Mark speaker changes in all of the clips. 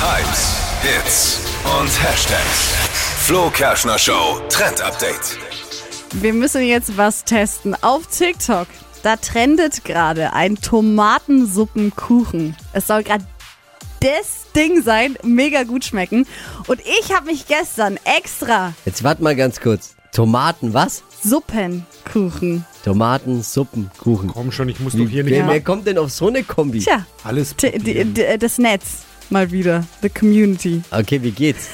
Speaker 1: Hypes, Hits und Hashtags. Flo Kerschner Show Trend Update.
Speaker 2: Wir müssen jetzt was testen auf TikTok. Da trendet gerade ein Tomatensuppenkuchen. Es soll gerade das Ding sein, mega gut schmecken. Und ich habe mich gestern extra
Speaker 3: Jetzt warte mal ganz kurz. Tomaten, was?
Speaker 2: Suppenkuchen.
Speaker 3: Tomaten, Suppen, Kuchen.
Speaker 4: Komm schon, ich muss doch hier nicht
Speaker 3: Wer, wer
Speaker 4: mal.
Speaker 3: kommt denn auf so eine Kombi?
Speaker 2: Tja,
Speaker 4: Alles
Speaker 2: t- d- d- das Netz mal wieder, the community.
Speaker 3: Okay, wie geht's?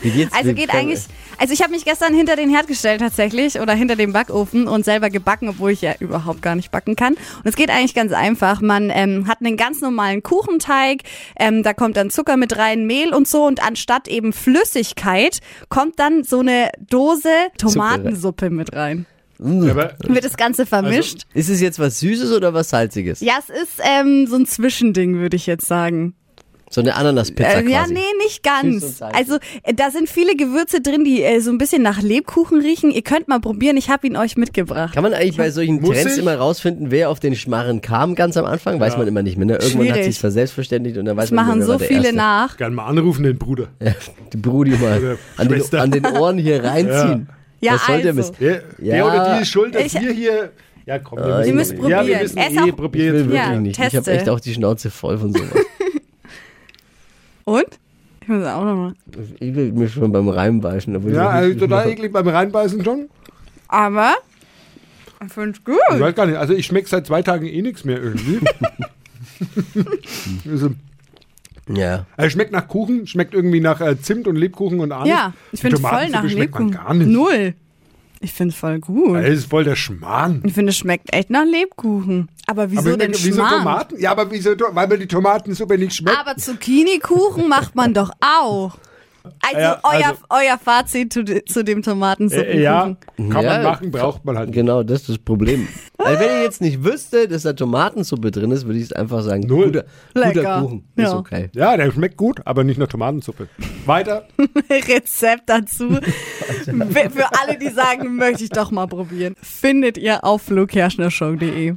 Speaker 3: Wie geht's?
Speaker 2: Also
Speaker 3: Wir
Speaker 2: geht
Speaker 3: können-
Speaker 2: eigentlich, also ich habe mich gestern hinter den Herd gestellt tatsächlich oder hinter den Backofen und selber gebacken, obwohl ich ja überhaupt gar nicht backen kann. Und es geht eigentlich ganz einfach. Man ähm, hat einen ganz normalen Kuchenteig, ähm, da kommt dann Zucker mit rein, Mehl und so und anstatt eben Flüssigkeit kommt dann so eine Dose Tomatensuppe mit rein.
Speaker 3: Mm.
Speaker 4: Aber
Speaker 2: Wird das Ganze vermischt?
Speaker 3: Ist es jetzt was Süßes oder was Salziges?
Speaker 2: ja, es ist ähm, so ein Zwischending, würde ich jetzt sagen.
Speaker 3: So eine Ananaspizza
Speaker 2: Äh, ja,
Speaker 3: quasi.
Speaker 2: nee, nicht
Speaker 3: Süß und
Speaker 2: ganz.
Speaker 3: salzig.
Speaker 2: Also äh, da sind viele Gewürze drin, die äh, so ein bisschen nach Lebkuchen riechen. Ihr könnt mal probieren, ich habe ihn euch mitgebracht.
Speaker 3: Kann man eigentlich bei solchen
Speaker 4: Muss
Speaker 3: Trends
Speaker 4: ich?
Speaker 3: immer rausfinden, wer auf den Schmarren kam ganz am Anfang? Weiß man immer nicht mehr. Ne? Irgendwann hat
Speaker 2: Schwierig.
Speaker 3: sich's verselbstverständigt und dann weiß
Speaker 2: Das
Speaker 3: man
Speaker 2: machen
Speaker 3: nicht mehr,
Speaker 2: so
Speaker 3: wer
Speaker 2: viele
Speaker 3: der
Speaker 2: nach.
Speaker 4: gerne mal anrufen, den Bruder.
Speaker 3: Erste. Die Brudi mal
Speaker 4: Oder
Speaker 3: an den,
Speaker 4: Schwester.
Speaker 3: an den Ohren hier reinziehen.
Speaker 2: Ja,
Speaker 3: Was soll der
Speaker 2: also.
Speaker 3: Mist?
Speaker 4: Der,
Speaker 3: Ja. Äh,
Speaker 4: der oder die ist schuld, dass
Speaker 2: Ich-
Speaker 4: wir hier. Ja, komm, wir
Speaker 3: Ihr müsst
Speaker 4: Ja, wir
Speaker 2: probieren.
Speaker 4: müssen
Speaker 2: Ess
Speaker 4: eh
Speaker 2: auch-
Speaker 3: Ich will
Speaker 4: probieren.
Speaker 3: wirklich
Speaker 2: Ja,
Speaker 3: nicht. Ich habe
Speaker 2: teste.
Speaker 3: echt auch die Schnauze voll von sowas.
Speaker 2: Und? Ich muss auch nochmal.
Speaker 3: ich will mich schon beim Reinbeißen. obwohl
Speaker 4: Ja,
Speaker 3: ich
Speaker 4: also
Speaker 3: nicht-
Speaker 4: total eklig beim Reinbeißen schon.
Speaker 2: Aber ich finde es gut.
Speaker 4: Ich weiß gar nicht. Also ich schmecke seit zwei Tagen eh nichts mehr irgendwie. also,
Speaker 3: Ja.
Speaker 4: also schmeckt nach Kuchen, schmeckt irgendwie nach äh, Zimt und Lebkuchen und Anis.
Speaker 2: Ja, ich
Speaker 4: Die
Speaker 2: finde voll
Speaker 4: Tomatensuppe
Speaker 2: nach
Speaker 4: schmeckt man
Speaker 2: Lebkuchen.
Speaker 4: gar nicht.
Speaker 2: Null. Ich finde voll gut.
Speaker 4: Das ist voll der Schmarrn.
Speaker 2: Ich finde, es schmeckt echt nach Lebkuchen. Aber wieso
Speaker 4: aber
Speaker 2: denn
Speaker 4: wieso
Speaker 2: Schmarrn? Ah,
Speaker 4: Tomaten? Ja, aber wieso? Weil mir die Tomatensuppe nicht schmeckt.
Speaker 2: Aber Zucchini-Kuchen macht man doch auch. Also,
Speaker 4: Ja, also-
Speaker 2: euer, euer Fazit zu, de- zu dem Tomatensuppenkuchen.
Speaker 4: Äh, ja, kann
Speaker 3: Ja.
Speaker 4: man machen, braucht man halt. nicht.
Speaker 3: Genau, das ist das Problem. Also wenn ich jetzt nicht wüsste, dass da Tomatensuppe drin ist, würde ich es einfach sagen,
Speaker 4: Null.
Speaker 3: guter, guter
Speaker 2: Lecker.
Speaker 3: Kuchen. Ist
Speaker 2: Ja.
Speaker 3: okay.
Speaker 4: Ja, der schmeckt gut, aber nicht nach Tomatensuppe. Weiter.
Speaker 2: Rezept dazu. Für für alle, die sagen, möchte ich doch mal probieren. Findet ihr auf flokerschnershow.de.